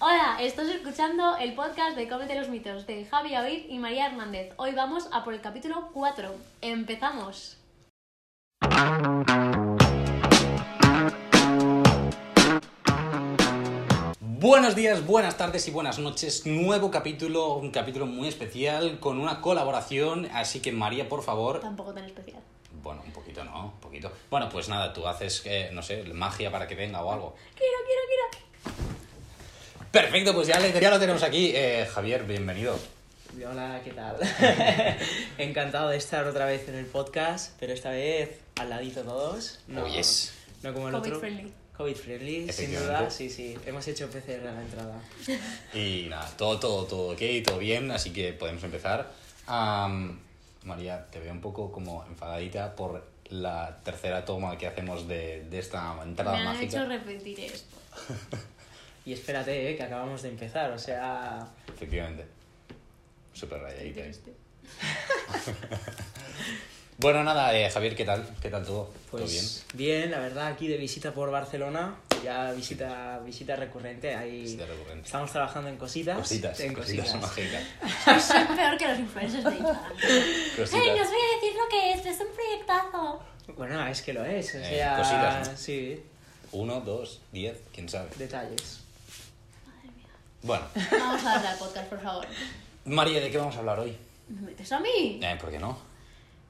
Hola, estás escuchando el podcast de Cómete los mitos de Javi Avid y María Hernández. Hoy vamos a por el capítulo 4. ¡Empezamos! Buenos días, buenas tardes y buenas noches. Nuevo capítulo, un capítulo muy especial con una colaboración. Así que María, por favor. Tampoco tan especial. Bueno, un poquito no, un poquito. Bueno, pues nada, tú haces, eh, no sé, magia para que venga o algo. Quiero, quiero, Perfecto, pues ya, le- ya lo tenemos aquí. Eh, Javier, bienvenido. Hola, ¿qué tal? Encantado de estar otra vez en el podcast, pero esta vez al ladito todos. Oh, yes. no como el quiero. COVID otro. friendly. COVID friendly, sin Efectivamente. duda. Sí, sí. Hemos hecho PCR a la entrada. Y nada, todo, todo, todo ok, todo bien, así que podemos empezar. Am, María, te veo un poco como enfadadita por la tercera toma que hacemos de, de esta Me entrada han mágica. hecho repetir esto. Y espérate, eh, que acabamos de empezar. O sea, Efectivamente. Súper rayadita. ¿eh? ahí. Triste. Bueno, nada, eh, Javier, ¿qué tal? ¿Qué tal todo? ¿Todo bien? pues bien? la verdad, aquí de visita por Barcelona. Ya visita, visita recurrente. Ahí Visita recurrente. Estamos trabajando en cositas. Cositas, en cositas, mágicas. Soy peor que los influencers de Instagram. ¡Hey, no os Cositas. voy a decir lo que es! ¡Es un proyectazo! Bueno, es que lo es. O Eh, sea, cositas, ¿no? sí, Uno, dos, diez, quién sabe. detalles. Madre mía. Bueno, Vamos a darle al podcast, por favor. María, ¿de qué vamos a hablar hoy? ¿Me metes a mí? Eh, ¿Por qué no?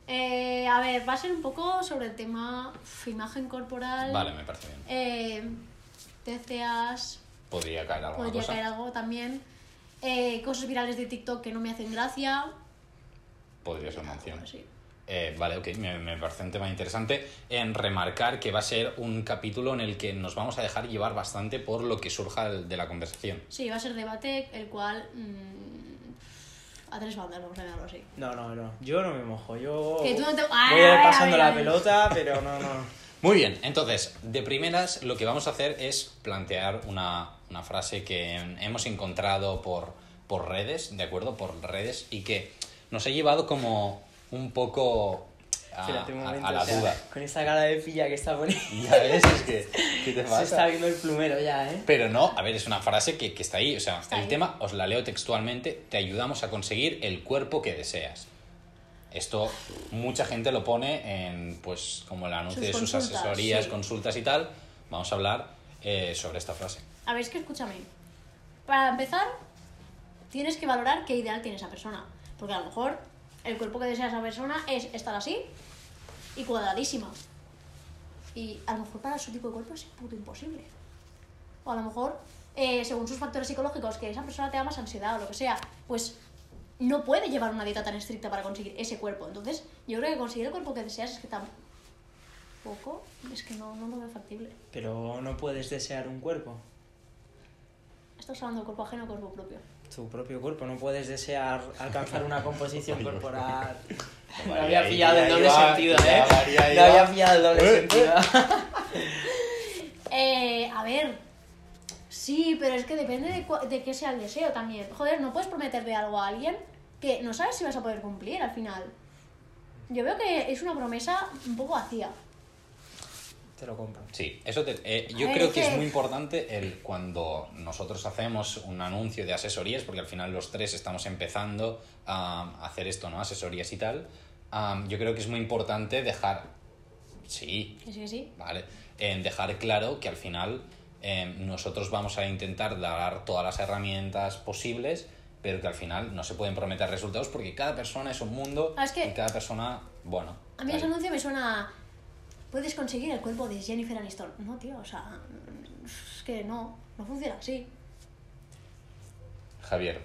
Eh, a ver, va a ser un poco sobre el tema uf, imagen corporal. Vale, me parece bien. Eh, TCAs, Podría caer alguna podría cosa. caer algo también. Eh, cosas virales de TikTok que no me hacen gracia. Podría ser mención. Algo así. Eh, vale, ok, me, me parece un tema interesante en remarcar que va a ser un capítulo en el que nos vamos a dejar llevar bastante por lo que surja de de la conversación. Sí, va a ser debate, el cual. mm, a tres bandas, vamos a llamarlo así. No, no, no. Yo no me mojo. Yo Que tú no te- Ah, voy a ver, pasando a ver, a la ver. pelota, pero no, no. Muy bien, entonces, de primeras lo que vamos a hacer es plantear una, una frase que hemos encontrado por, por redes, ¿de acuerdo? Por redes y que nos ha llevado como un poco a, Espérate un Ah, a- a momento. la o sea, duda. Con esta cara de pilla que está poniendo. Ya ves, es que, ¿qué te Se está pasa? viendo el plumero ya, ¿eh? Pero no, a ver, es una frase que, que está ahí, o sea, Está el ahí. tema, os la leo textualmente, te ayudamos a conseguir el cuerpo que deseas. Esto mucha gente lo pone en, pues, como el anuncio Sus de sus consultas, asesorías, sí. consultas y tal. Vamos a hablar eh, sobre esta frase. A ver, es que escúchame. Para empezar, tienes que valorar qué ideal tiene esa persona. Porque a lo mejor el cuerpo que desea esa persona es estar así y cuadradísima. Y a lo mejor para su tipo de cuerpo es puto imposible. O a lo mejor, eh, según sus factores psicológicos, que esa persona te da más ansiedad o lo que sea, pues no puede llevar una dieta tan estricta para conseguir ese cuerpo. Entonces, yo creo que conseguir el cuerpo que deseas es que tampoco, es que no, no lo veo factible. Pero no puedes desear un cuerpo. Estás hablando de cuerpo ajeno o cuerpo propio. Tu propio cuerpo. No puedes desear alcanzar una composición corporal. No Ahí, había ahí, pillado el ahí doble va, sentido, ahí ¿eh? va, ahí No va. había pillado el doble Eh, sentido. Eh, a ver. Sí, pero es que depende de, cua- de qué sea el deseo también. Joder, no puedes prometerle algo a alguien que no sabes si vas a poder cumplir al final. Yo veo que es una promesa un poco vacía. Te lo compro. Sí, eso te- eh, yo A ver, creo es que es que- muy importante el cuando nosotros hacemos un anuncio de asesorías, porque al final los tres estamos empezando a hacer esto, ¿no? Asesorías y tal. Am, yo creo que es muy importante dejar, sí, Que sí, que sí. ¿vale? En dejar claro que al final em, nosotros vamos a intentar dar todas las herramientas posibles, pero que al final no se pueden prometer resultados porque cada persona es un mundo Ah, es que- y cada persona, bueno. A mí ahí. ese anuncio me suena. a, Puedes conseguir el cuerpo de Jennifer Aniston. No, tío, o sea. Es que no, no funciona así. Javier,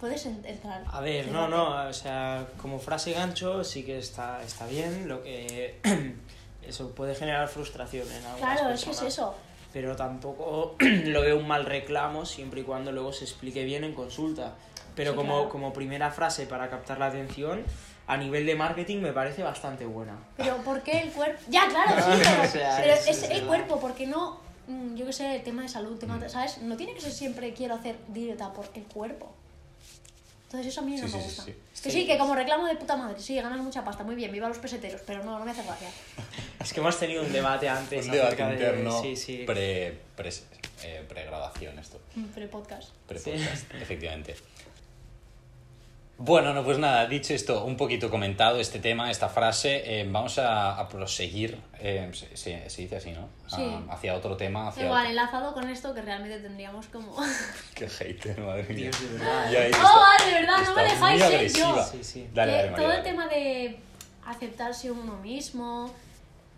Puedes en- entrar. A ver, no, no, o sea, como frase gancho sí que está, está bien, lo que eso puede generar frustración en algunas Claro, es que es personas, eso. Pero tampoco lo veo un mal reclamo siempre y cuando luego se explique bien en consulta. Pero Sí, como, claro. como primera frase para captar la atención, a nivel de marketing me parece bastante buena. Pero ¿por qué el cuerpo? Ya, claro, sí, No, pero, o sea, pero es- es es el verdad. cuerpo, porque no, mm, yo qué sé, el tema de salud, tema, de- ¿sabes? No tiene que ser siempre quiero hacer dieta por el cuerpo. Entonces eso a mí no Sí, me sí, gusta. sí, sí. Que sí, Sí. que como reclamo de puta madre, sí, ganas mucha pasta, muy bien, viva los peseteros, pero no, no me hace gracia. Pues Es que hemos tenido un debate antes un debate acerca de- interno sí, sí. pre, pre- eh, pregrabación esto. Mm, Pre-podcast. Prepodcast, efectivamente. Bueno, no, pues nada, dicho esto, un poquito comentado este tema, esta frase, eh, vamos a, a proseguir, eh, se, se- se dice así, ¿no? A- Sí. hacia otro tema, hacia... Igual, otro- enlazado con esto que realmente tendríamos como... Qué hater, madre mía. Dios, de verdad, Ya eh. ahí ¡Oh, está. vale, de verdad! ¡No me Estás muy dejáis ser yo! agresiva. Sí, sí. Dale, Que dale, María, todo el dale. tema de aceptarse uno mismo...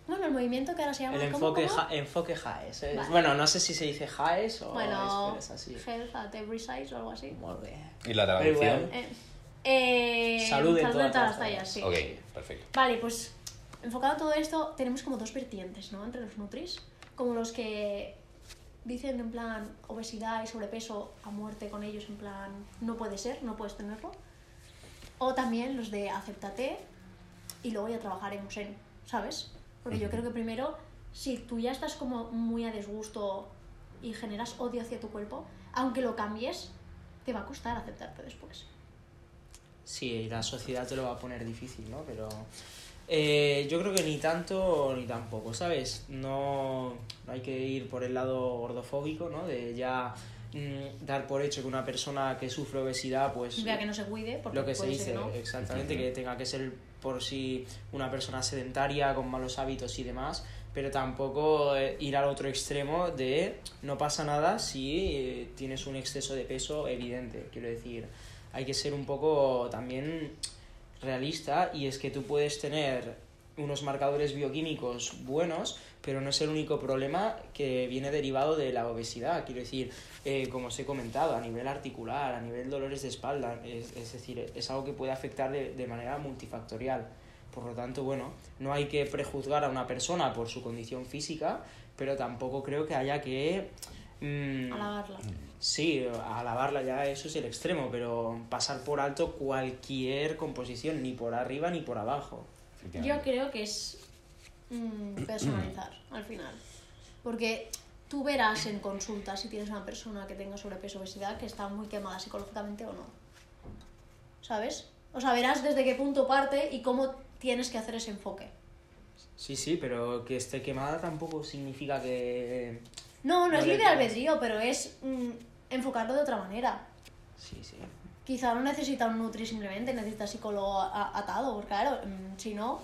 Bueno, el movimiento que ahora se llama... El ¿cómo, enfoque, cómo? ja- enfoque jaes. eh. Vale. Bueno, no sé si se dice jaes o Bueno, es, pero es así. health at every size o algo así. Muy bien. ¿Y la traducción? Eh, eh, Salud en todas todas las las tallas, sí. Ok, perfecto. Vale, pues enfocado a todo esto, tenemos como dos vertientes, ¿no? Entre los nutris, como los que dicen en plan obesidad y sobrepeso a muerte con ellos, en plan no puede ser, no puedes tenerlo. O también los de acéptate y luego ya trabajaremos en, ¿sabes? Porque yo Ujú. creo que primero, si tú ya estás como muy a desgusto y generas odio hacia tu cuerpo, aunque lo cambies, te va a costar aceptarte después. Sí, y la sociedad te lo va a poner difícil, ¿no? Pero eh, yo creo que ni tanto ni tampoco, ¿sabes? No, no hay que ir por el lado gordofóbico, ¿no? De ya mm, dar por hecho que una persona que sufre obesidad, pues... Vea que no se cuide, porque lo que se puede ser dice, eh, no. exactamente, que tenga que ser por si una persona sedentaria, con malos hábitos y demás, pero tampoco eh, ir al otro extremo de no pasa nada si eh, tienes un exceso de peso evidente. Quiero decir, hay que ser un poco también realista y es que tú puedes tener unos marcadores bioquímicos buenos, pero no es el único problema que viene derivado de la obesidad. Quiero decir, eh, como os he comentado, a nivel articular, a nivel dolores de espalda, es, es decir, es algo que puede afectar de, de manera multifactorial. Por lo tanto, bueno, no hay que prejuzgar a una persona por su condición física, pero tampoco creo que haya que... mm, Alabarla. Sí, alabarla ya eso es el extremo, pero pasar por alto cualquier composición, ni por arriba ni por abajo. Yo Efectivamente. creo que es mm, personalizar al final. Porque tú verás en consulta si tienes una persona que tenga sobrepeso o obesidad que está muy quemada psicológicamente o no. ¿Sabes? O sea, verás desde qué punto parte y cómo tienes que hacer ese enfoque. Sí, sí, pero que esté quemada tampoco significa que... No, no, No es le libre creas. albedrío, pero es mm, enfocarlo de otra manera. Sí, sí. Quizá no necesita un nutri simplemente, necesita psicólogo a- atado, porque claro, mm, si no,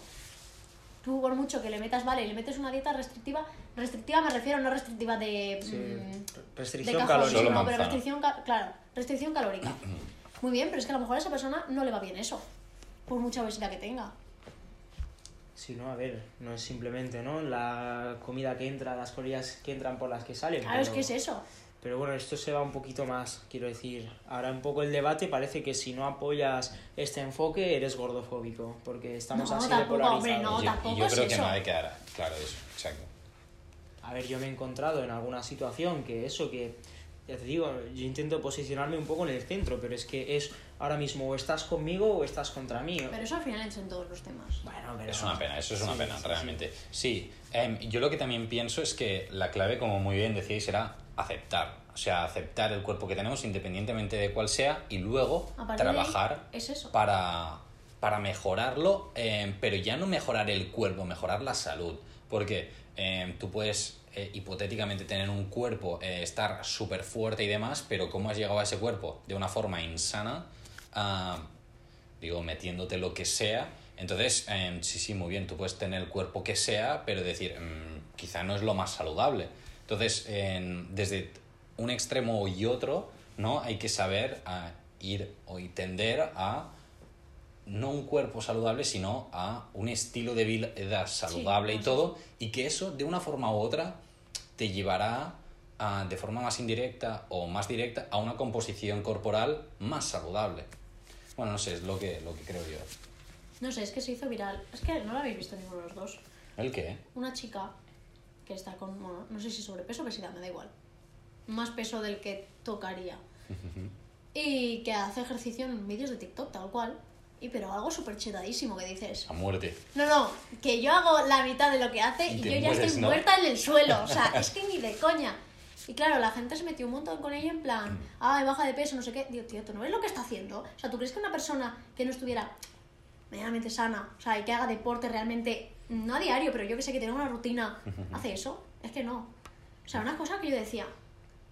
tú por mucho que le metas, vale, y le metes una dieta restrictiva, restrictiva me refiero a no restrictiva de... mm, Sí, re- de Restricción cajón, calórica. Solo no, pero manzana. restricción, ca- claro, restricción calórica. Muy bien, pero es que a lo mejor a esa persona no le va bien eso, por mucha obesidad que tenga. Sí, no, a ver, no es simplemente, ¿no? La comida que entra, las calorías que entran por las que salen. Claro, es pero- que es eso. Pero bueno, esto se va un poquito más, quiero decir. Ahora un poco el debate parece que si no apoyas este enfoque eres gordofóbico, porque estamos No, así tampoco, de hombre, polarizados. no, Y yo, tampoco y yo es creo que eso. no hay que dar, claro, eso, exacto. A ver, yo me he encontrado en alguna situación que eso, que ya te digo, yo intento posicionarme un poco en el centro, pero es que es ahora mismo o estás conmigo o estás contra mí. Pero eso al final es en todos los temas. Bueno, pero... Es una pena, eso es Sí, una pena, sí, sí. realmente. Sí, em, yo lo que también pienso es que la clave, como muy bien decíais, era aceptar. O sea, aceptar el cuerpo que tenemos independientemente de cuál sea y luego A partir de ahí, trabajar es eso. Para, para mejorarlo, em, pero ya no mejorar el cuerpo, mejorar la salud. Porque em, tú puedes eh, hipotéticamente tener un cuerpo, eh, estar súper fuerte y demás, pero cómo has llegado a ese cuerpo de una forma insana, ah, digo, metiéndote lo que sea. Entonces, eh, sí, sí, muy bien, tú puedes tener el cuerpo que sea, pero decir, mm, quizá no es lo más saludable. Entonces, en- desde un extremo y otro, ¿no? Hay que saber ah, ir o y tender a no un cuerpo saludable, sino a un estilo de vida saludable Sí, y sí, todo, y que eso, de una forma u otra, te llevará a, de forma más indirecta o más directa a una composición corporal más saludable. Bueno, no sé, es lo que, lo que creo yo. No sé, es que se hizo viral. Es que no lo habéis visto ninguno de los dos. ¿El qué? una chica que está con, bueno, no sé si sobrepeso o obesidad, me da igual. Más peso del que tocaría. Y que hace ejercicio en vídeos de TikTok, tal cual. Y pero algo súper chetadísimo que dices. A muerte. No, no, que yo hago la mitad de lo que hace y, Y yo te ya mueres, estoy ¿no? muerta en el suelo. O sea, es que ni de coña. Y claro, la gente se metió un montón con ella en plan, Mm. ay, baja de peso, no sé qué. Digo, tío, ¿tú no ves lo que está haciendo? O sea, ¿tú crees que una persona que no estuviera medianamente sana, o sea, y que haga deporte realmente, no a diario, pero yo que sé que tiene una rutina, hace eso? Es que no. O sea, una cosa que yo decía,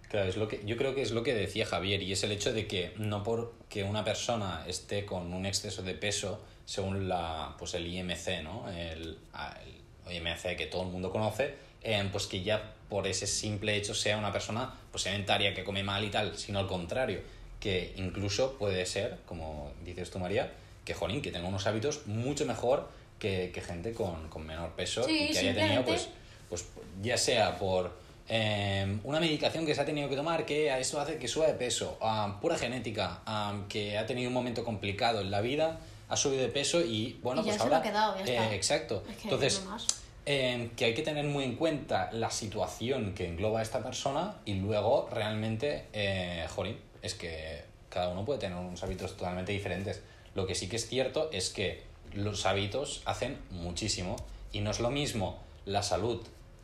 Claro, es lo que, yo creo que es lo que decía Javier, y es el hecho de que no porque una persona esté con un exceso de peso, según la, pues el IMC, ¿no? El, el IMC que todo el mundo conoce, eh, pues que ya por ese simple hecho sea una persona pues sedentaria, que come mal y tal, sino al contrario, que incluso puede ser, como dices tú María, que jolín, que tenga unos hábitos mucho mejor que, que gente con, con menor peso Sí, y que haya tenido, simplemente- pues, pues ya sea por eh, una medicación que se ha tenido que tomar que a eso hace que suba de peso, ah, pura genética, ah, que ha tenido un momento complicado en la vida, ha subido de peso y bueno, Y ya pues se lo ahora. ha quedado, ya eh, está. exacto. Es que Entonces, no más. eh, que hay que tener muy en cuenta la situación que engloba a esta persona y luego realmente, eh, jolín, es que cada uno puede tener unos hábitos totalmente diferentes. Lo que sí que es cierto es que los hábitos hacen muchísimo y no es lo mismo la salud,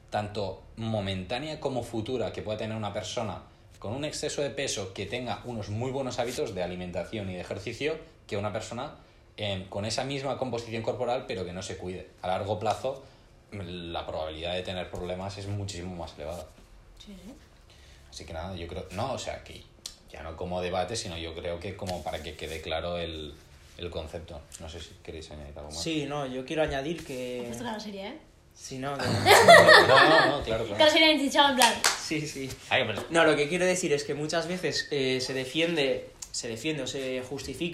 tanto momentánea como futura, que pueda tener una persona con un exceso de peso que tenga unos muy buenos hábitos de alimentación y de ejercicio que una persona eh, con esa misma composición corporal pero que no se cuide. A largo plazo la probabilidad de tener problemas es muchísimo más elevada. Sí, ¿eh? sí. Así que nada, yo creo, no, o sea, que ya no como debate, sino yo creo que como para que quede claro el, el concepto. No sé si queréis añadir algo más. Sí, no, yo quiero añadir Has que... puesto cara seria, ¿eh? Si no, que- No, no, no, claro, eh. Cara claro. seria en chichao, en plan. sí, sí. Ay, pero- No, lo que quiero decir es que muchas veces eh, se defiende, se defiende o se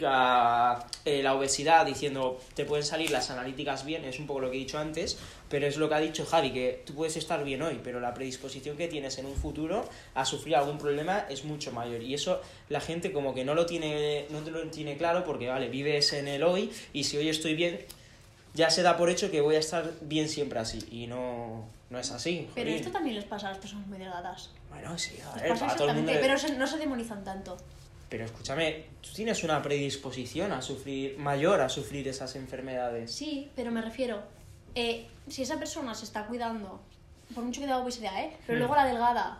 justifica eh, la obesidad diciendo te pueden salir las analíticas bien, es un poco lo que he dicho antes, pero es lo que ha dicho Javi, que tú puedes estar bien hoy, pero la predisposición que tienes en un futuro a sufrir algún problema es mucho mayor. Y eso la gente como que no lo tiene, no te lo tiene claro porque vale, vives en el hoy y si hoy estoy bien, ya se da por hecho que voy a estar bien siempre así. Y no, no es así. Pero jolín. esto también les pasa a las personas muy delgadas. Bueno, sí, a Les ver, pasa a todo el mundo exactamente, le- pero se- no se demonizan tanto. pero escúchame, tú tienes una predisposición a sufrir, mayor a sufrir esas enfermedades. Sí, pero me refiero, eh, si esa persona se está cuidando, por mucho que tenga obesidad, ¿eh? Pero Hmm. luego la delgada,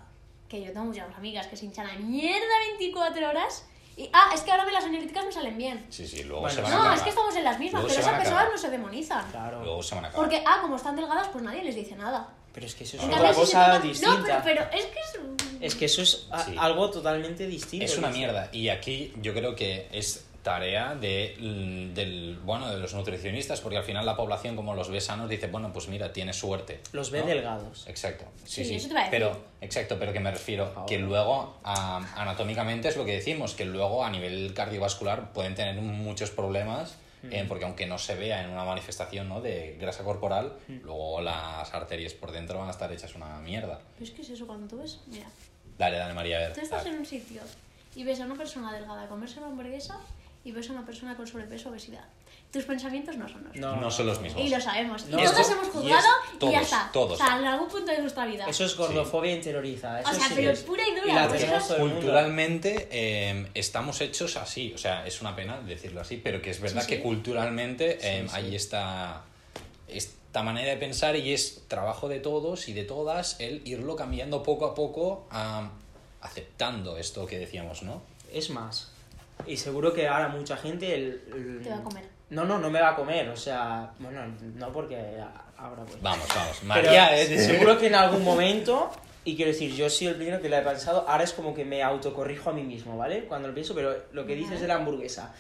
que yo tengo muchas amigas que se hinchan a mierda 24 horas y, ah, es que ahora me las analíticas me salen bien. Sí, sí, luego Bueno, se van a No, cagar. es que estamos en las mismas, Luego pero se esas van a personas cagar. no se demonizan. Claro. Luego se van a acabar. Porque, ah, como están delgadas, pues nadie les dice nada. Pero es que eso es En En Claro. otra cambio, si se cosa toman- distinta. No, pero, pero es que es... Es que eso es a- Sí. algo totalmente distinto. Es una dice. mierda. Y aquí yo creo que es tarea de, mm, del, bueno, de los nutricionistas, porque al final la población, como los ve sanos, dice, bueno, pues mira, tienes suerte. Los ve ¿no? delgados. Exacto. Sí, Sí, sí. eso te iba a decir. Pero, exacto, pero que me refiero que luego ah, anatómicamente es lo que decimos, que luego a nivel cardiovascular pueden tener muchos problemas. eh, porque aunque no se vea en una manifestación ¿no? de grasa corporal, luego las arterias por dentro van a estar hechas una mierda. Pero es que es eso, cuando tú ves... Mira, Dale, dale, María, a ver. tú estás dale. en un sitio y ves a una persona delgada comerse una hamburguesa y ves a una persona con sobrepeso o obesidad. Tus pensamientos no son los No, No son los mismos. Y lo sabemos. No. y Esto- todos hemos y juzgado es y, todos, ya está. todos. O sea, en algún punto de nuestra vida. Eso es gordofobia interiorizada. Eso sea, sí pero es. pura y dura, la pues tenemos eso todo el mundo. Culturalmente eh, estamos hechos así, o sea, es una pena decirlo así, pero que es verdad Sí, que sí. culturalmente eh, sí. hay esta, esta manera de pensar y es trabajo de todos y de todas el irlo cambiando poco a poco, am, aceptando esto que decíamos, ¿no? Es más. Y seguro que ahora mucha gente. el- el- Te va a comer. No, no, no me va a comer. O sea, bueno, no porque a- ahora pues. Vamos, vamos, Pero María ¿eh? es seguro que en algún momento, y quiero decir, yo soy el primero que lo he pensado, ahora es como que me autocorrijo a mí mismo, ¿vale? Cuando lo pienso, pero lo que dices de la hamburguesa.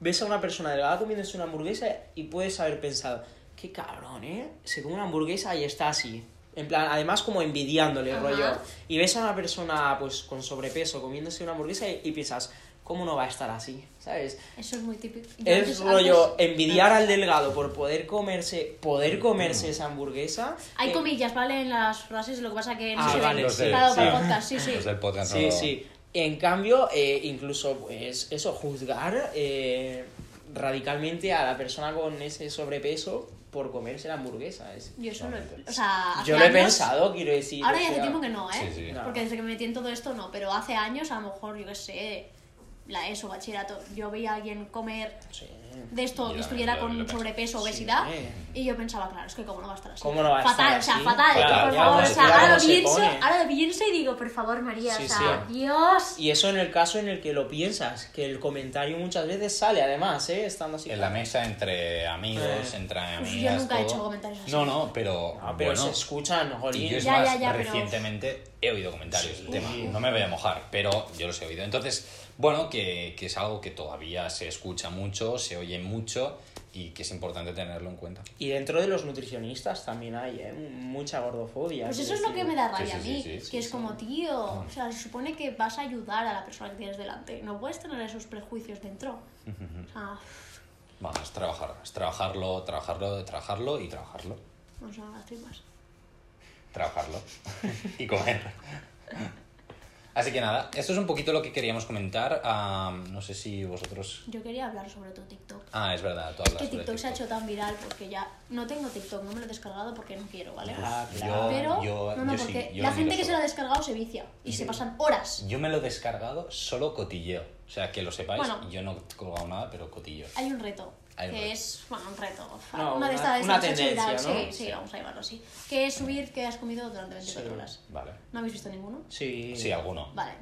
Ves a una persona delgada comiéndose una hamburguesa y puedes haber pensado, qué cabrón, ¿eh? Se come una hamburguesa y está así. En plan, además como envidiándole, Ajá. rollo. Y ves a una persona, pues, con sobrepeso comiéndose una hamburguesa y, y piensas, ¿cómo no va a estar así? ¿Sabes? Eso es muy típico. Yo Es antes- rollo antes- envidiar al delgado por poder comerse, poder comerse esa hamburguesa. Hay Eh, comillas, ¿vale? En las frases, lo que pasa que no Ah, se vale, ven los de- citado para sí. el podcast. Sí, sí. Los del podcast Sí, no- sí. En cambio, eh, incluso, pues, eso, juzgar eh, radicalmente a la persona con ese sobrepeso por comerse la hamburguesa. es- Yo eso lo he... Totalmente. O sea, Ah, hace Yo lo he años- pensado, quiero decir. Ahora o ya hace sea, tiempo que no, ¿eh? Sí, sí. No. Porque desde que me metí en todo esto no, pero hace años, a lo mejor, yo qué sé, la ESO, bachillerato, yo veía a alguien comer no sé, de esto Ya, que estuviera lo- con lo pensé. obesidad Sí, obesidad. eh. Y yo pensaba, claro, es que cómo no va a estar así. ¿Cómo no va a fatal, estar o sea, así? fatal. Claro, por favor, ya vamos, o sea, ya ahora cómo lo se pienso, pone. ahora lo pienso y digo, por favor, María, Sí, o sea, sí. Dios. Y eso en el caso en el que lo piensas, que el comentario muchas veces sale, además, ¿eh? Estando así. En la mesa entre amigos, Eh. entre Pues amigas. yo nunca he todo. hecho comentarios así. No, no, pero. Ah, pero bueno, se escuchan, Y jolín. yo es Ya, más, ya, ya, pero- recientemente he oído comentarios del Sí. tema. No me voy a mojar, pero yo los he oído. Entonces, bueno, que, que es algo que todavía se escucha mucho, se oye mucho y que es importante tenerlo en cuenta. Y dentro de los nutricionistas también hay, ¿eh? Mucha gordofobia. Pues quiero eso es lo que decir. me da Sí, rabia sí, a mí, sí, sí, que sí, es sí. Ah. como, tío, o sea, se supone que vas a ayudar a la persona que tienes delante, no puedes tener esos prejuicios dentro. O sea, Vamos, es trabajar, es trabajarlo, trabajarlo, trabajarlo y trabajarlo. o sea, las tripas. Trabajarlo y comer. Así que nada, esto es un poquito lo que queríamos comentar. Ah, no sé si vosotros... Yo quería hablar sobre tu TikTok. Ah, es verdad, tú Es hablas que sobre TikTok se ha hecho tan viral porque ya no tengo TikTok, no me lo he descargado porque no quiero, ¿vale? Ah, Yo, claro. Pero, yo, no, no, yo sí, porque yo la lo gente miro que se solo. lo ha descargado se vicia y se Yo- pasan horas. Yo me lo he descargado solo cotilleo. O sea, que lo sepáis, Bueno. yo no he colgado nada, pero cotilleo. Hay un reto, Hay un que reto. es, bueno, un reto, No, una una- de estas una que se ha hecho viral, tendencia, sí, ¿no? sí, Sí. vamos a llamarlo así, que es subir que has comido durante 24 Sí. horas. Vale. ¿No habéis visto ninguno? Sí. Sí, alguno. Vale,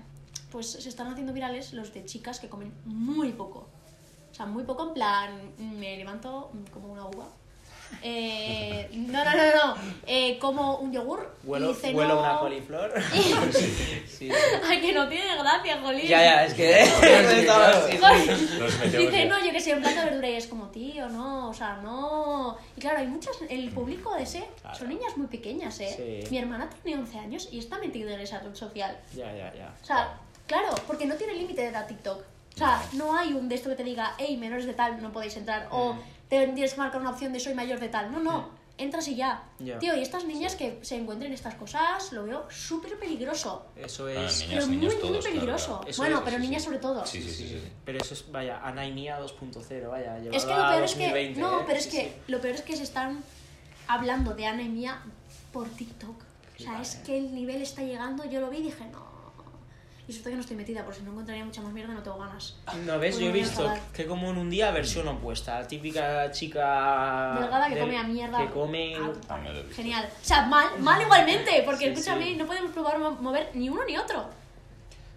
pues se están haciendo virales los de chicas que comen muy poco. O sea, muy poco en plan, mm, me levanto mm, como una uva. Eh, no, no, no, no. Eh, como un yogur. y Huelo, ceno- huelo una coliflor. sí. Ay, que no tiene gracia, Jolín. Ya, ya, es que. Estaba así. Los metemos Dice, bien. no, yo que sé, en plato de verdura y es como, tío, no, o sea, no. Y claro, hay muchas, el público ese Claro. son niñas muy pequeñas, ¿eh? Sí. Mi hermana tiene 11 años y está metida en esa red social. Ya, ya, ya. O sea, claro, porque no tiene límite de edad TikTok. O sea, no hay un de esto que te diga, hey, menores de tal, no podéis entrar. Mm. O te tienes que marcar una opción de soy mayor de tal. No, no, entras y ya. Ya. Tío, y estas niñas que se encuentren estas cosas, lo veo súper peligroso. Eso Ah, es. niñas, pero muy, niños muy todos, claro, peligroso. claro. Eso Bueno, es, pero sí, niñas sí. sobre todo. Sí, sí, sí, sí. sí. Pero eso es, vaya, anaimia 2.0, vaya. llevado Es que lo a peor 2020, es que. No, ¿eh? pero es Sí, que sí. lo peor es que se están hablando de anemia por TikTok. O sea, Flipa, es eh. que el nivel está llegando, yo lo vi y dije, no. Y suerte que no estoy metida, por si no encontraría mucha más mierda, no tengo ganas. No ves, yo he Voy a visto acabar. que como en un día versión opuesta, la típica chica Delgada que Ah, del- come a mierda. que come Ah, tu- Ah, me lo he visto. Genial. O sea, mal, mal igualmente, porque Sí, escúchame, sí. no podemos probar mo- mover ni uno ni otro.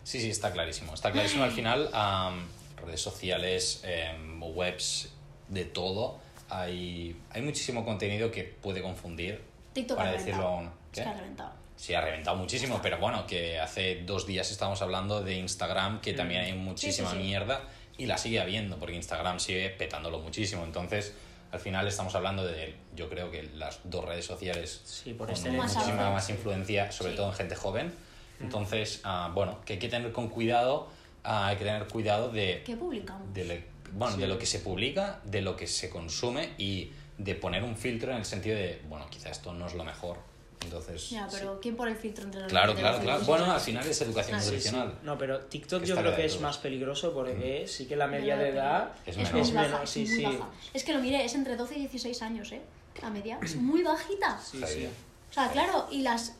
Sí, sí, está clarísimo. Está clarísimo al final. am, redes sociales, em, webs, de todo. Hay, hay muchísimo contenido que puede confundir. TikTok para ha decirlo reventado. aún. Es que ha reventado. Sí, ha reventado muchísimo, pero bueno, que hace dos días estábamos hablando de Instagram, que también hay muchísima Mm. Sí, sí, sí. mierda, y la sigue habiendo, porque Instagram sigue petándolo muchísimo. Entonces, al final estamos hablando de, yo creo que las dos redes sociales Sí, por con excelencia. muchísima pues, Más más influencia, sobre Sí. Mm. todo en gente joven. Entonces, ah, bueno, que hay que tener con cuidado, ah, hay que tener cuidado de ¿Qué publicamos? de, le- bueno, Sí. de lo que se publica, de lo que se consume y de poner un filtro en el sentido de, bueno, quizá esto no es lo mejor. Entonces, Ya, pero ¿quién pone el filtro entre los claro, entre claro, los claro. filtros? Bueno, al final es educación Ah, sí, sí. nutricional. No, pero TikTok Que yo está creo la que de es todo. más peligroso porque sí que la media Me da de edad pena. Es ¿eh? es menor. muy baja, sí, es muy sí. baja. Es que lo mire, es entre 12 y 16 años, ¿eh? La media es muy bajita. Sí, sí. O sea, claro, y las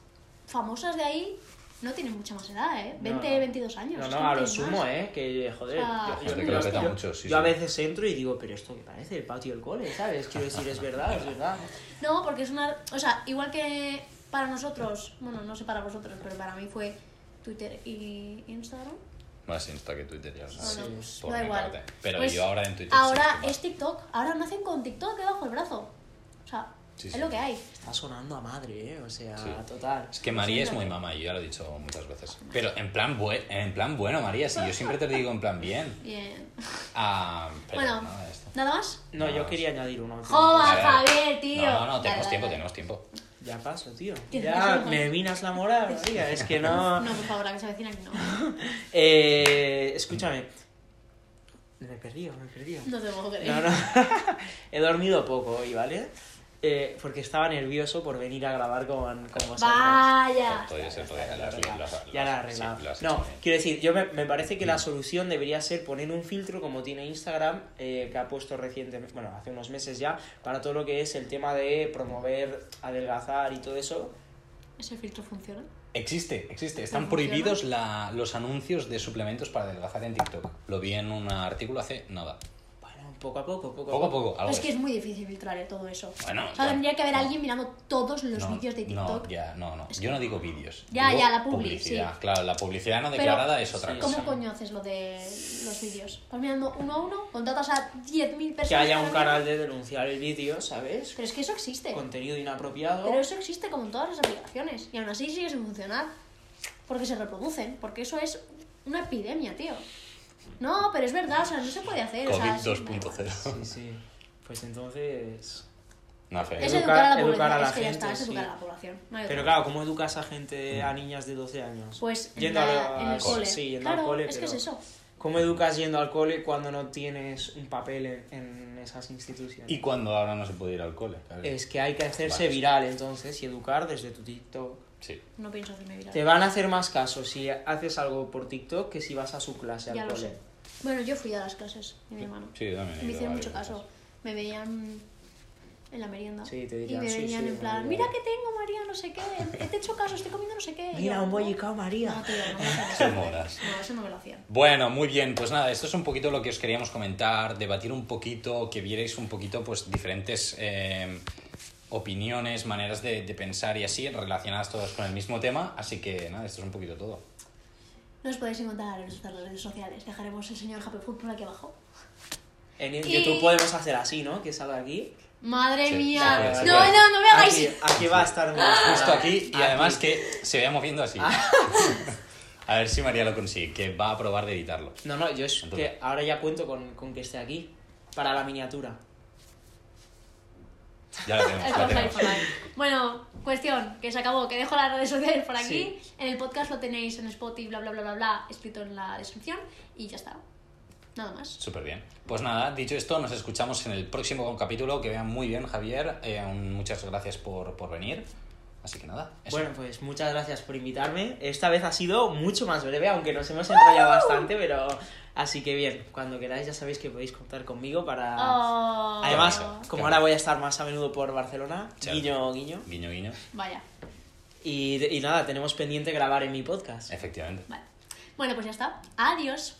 famosas de ahí no tienen mucha más edad, ¿eh? 20, No, no. 22 años. No, es que no, a lo tienen sumo, más. ¿eh? Que, joder. O sea, Yo creo que lo peta yo- mucho, sí, yo a sí. veces entro y digo, pero esto qué parece el patio del cole, ¿sabes? Quiero decir, es verdad, es verdad. No, porque es una. O sea, igual que para nosotros, bueno, no sé para vosotros, pero para mí fue Twitter y Instagram. Más Insta que Twitter, ya Bueno, sabes, pues, por da mi igual. parte. Pero Pues yo ahora en Twitter... Ahora sí, es TikTok, ahora nacen con TikTok debajo del brazo. O sea, Sí, es sí. lo que hay. Está sonando a madre, ¿eh? O sea, Sí. total. Es que María es muy mamá, yo ya lo he dicho muchas veces. Pero en plan, bue- en plan bueno, María, si yo siempre te lo digo en plan bien. Bien. Ah, pero bueno, nada, esto. ¿nada más? No, yo No. quería añadir uno. ¡Joa, Vale, vale. Javier, tío! No, no, no, Dale, tenemos dale, tiempo, dale. tenemos tiempo. Ya paso, tío. Tienes Ya razón. me minas la moral, oiga, es que no... No, por favor, la que se avecina que no. Eh, escúchame. Me he perdido, me he perdido. No te puedo creer. No, no. He dormido poco hoy, ¿vale? Eh, porque estaba nervioso por venir a grabar con, con vosotros. Vaya. Podría ser, podría ser, las- las- Ya la he las- sí, arreglado. lo has no, hecho bien. quiero decir, yo me, me parece que la solución debería ser poner un filtro como tiene Instagram, eh, que ha puesto recientemente, bueno, hace unos meses ya, para todo lo que es el tema de promover, adelgazar y todo eso. ¿Ese filtro funciona? Existe, existe. Están funciona? prohibidos la- los anuncios de suplementos para adelgazar en TikTok. Lo vi en un artículo hace nada. Bueno, poco a poco, poco a Poco a poco, algo es que es. es muy difícil filtrar eh, todo eso. Bueno, o sea, ya. tendría que haber alguien mirando todos los No, vídeos de No, TikTok. ya, no, no. Yo no digo vídeos. Ya, digo ya, la publi, publicidad. sí. Claro, la publicidad no Pero, declarada es otra sí, cosa. ¿Cómo coño haces lo de los vídeos? ¿Vas mirando uno a uno? ¿Contratas a 10.000 personas? Que haya un para mirar? canal de denunciar el vídeo, ¿sabes? Pero es que eso existe. Contenido inapropiado. Pero eso existe como en todas las aplicaciones. Y aún así sigue sin funcionar. Porque se reproducen. Porque eso es una epidemia, tío. No, pero es verdad. O sea, no se puede hacer. o sea, COVID sí, da igual. 2.0. Sí, sí. Pues entonces... No, fe. Es Eso- educar a la población. educar a la es que ya está. gente, Es educar sí. a la población. No hay Pero otra. claro, ¿cómo educas a gente, Mm. a niñas de 12 años? Pues en, Yendo la- a- en el a- cole. sí, yendo al claro, cole, es que es pero- eso. ¿Cómo educas yendo al cole cuando no tienes un papel en, en esas instituciones? Y cuando ahora no se puede ir al cole. claro. Es que hay que hacerse Vale. viral entonces y educar desde tu TikTok. Sí. No pienso hacerme viral. Te van a hacer más caso si haces algo por TikTok que si vas a su clase Ya al lo cole. sé. Bueno, yo fui a las clases de mi hermano. Sí, yo también he me ido hicieron varias mucho caso. veces. Me veían en la merienda. Sí, te dirían, y me sí, veían sí, en plan, María. mira que tengo, María, no sé qué. He te hecho caso, estoy comiendo no sé qué. Y Mira, yo, un bollicao, No, María. tío, no me hacen Son eso. moras. No, eso no me lo hacían. Bueno, muy bien, pues nada, esto es un poquito lo que os queríamos comentar, debatir un poquito, que vierais un poquito pues diferentes eh, opiniones, maneras de, de pensar y así, relacionadas todas con el mismo tema, así que nada, esto es un poquito todo. Nos podéis encontrar en nuestras redes sociales. Dejaremos el señor Happy Food por aquí abajo. En Y- YouTube podemos hacer así, ¿no? Que salga aquí. Madre Sí, mía. sí, sí, no, sí. no, no me hagáis. Ah. Aquí, aquí va a estar mi Justo aquí, y además que se vea moviendo así. A ver si María lo consigue, que va a probar de editarlo. No, no, yo es Entonces- que ahora ya cuento con, con que esté aquí. Para la miniatura. Ya lo tenemos, El ya lo Fortnite, tenemos. Fortnite. Bueno, cuestión, que se acabó, que dejo las redes sociales por aquí. Sí. En el podcast lo tenéis en Spotify, bla, bla, bla, bla, bla, escrito en la descripción y ya está. Nada más. Súper bien. Pues nada, dicho esto, nos escuchamos en el próximo capítulo. Que vean muy bien, Javier. Eh, un- muchas gracias por, por venir. Así que nada. eso. Bueno, pues muchas gracias por invitarme. Esta vez ha sido mucho más breve, aunque nos hemos enrollado bastante, pero... Así que bien, cuando queráis ya sabéis que podéis contar conmigo para... Oh. Además, Qué como bueno. ahora voy a estar más a menudo por Barcelona, Cierto. guiño, guiño. Guiño, guiño. Vaya, Y, y nada, tenemos pendiente grabar en mi podcast. Efectivamente. vale. Bueno, pues ya está. Adiós.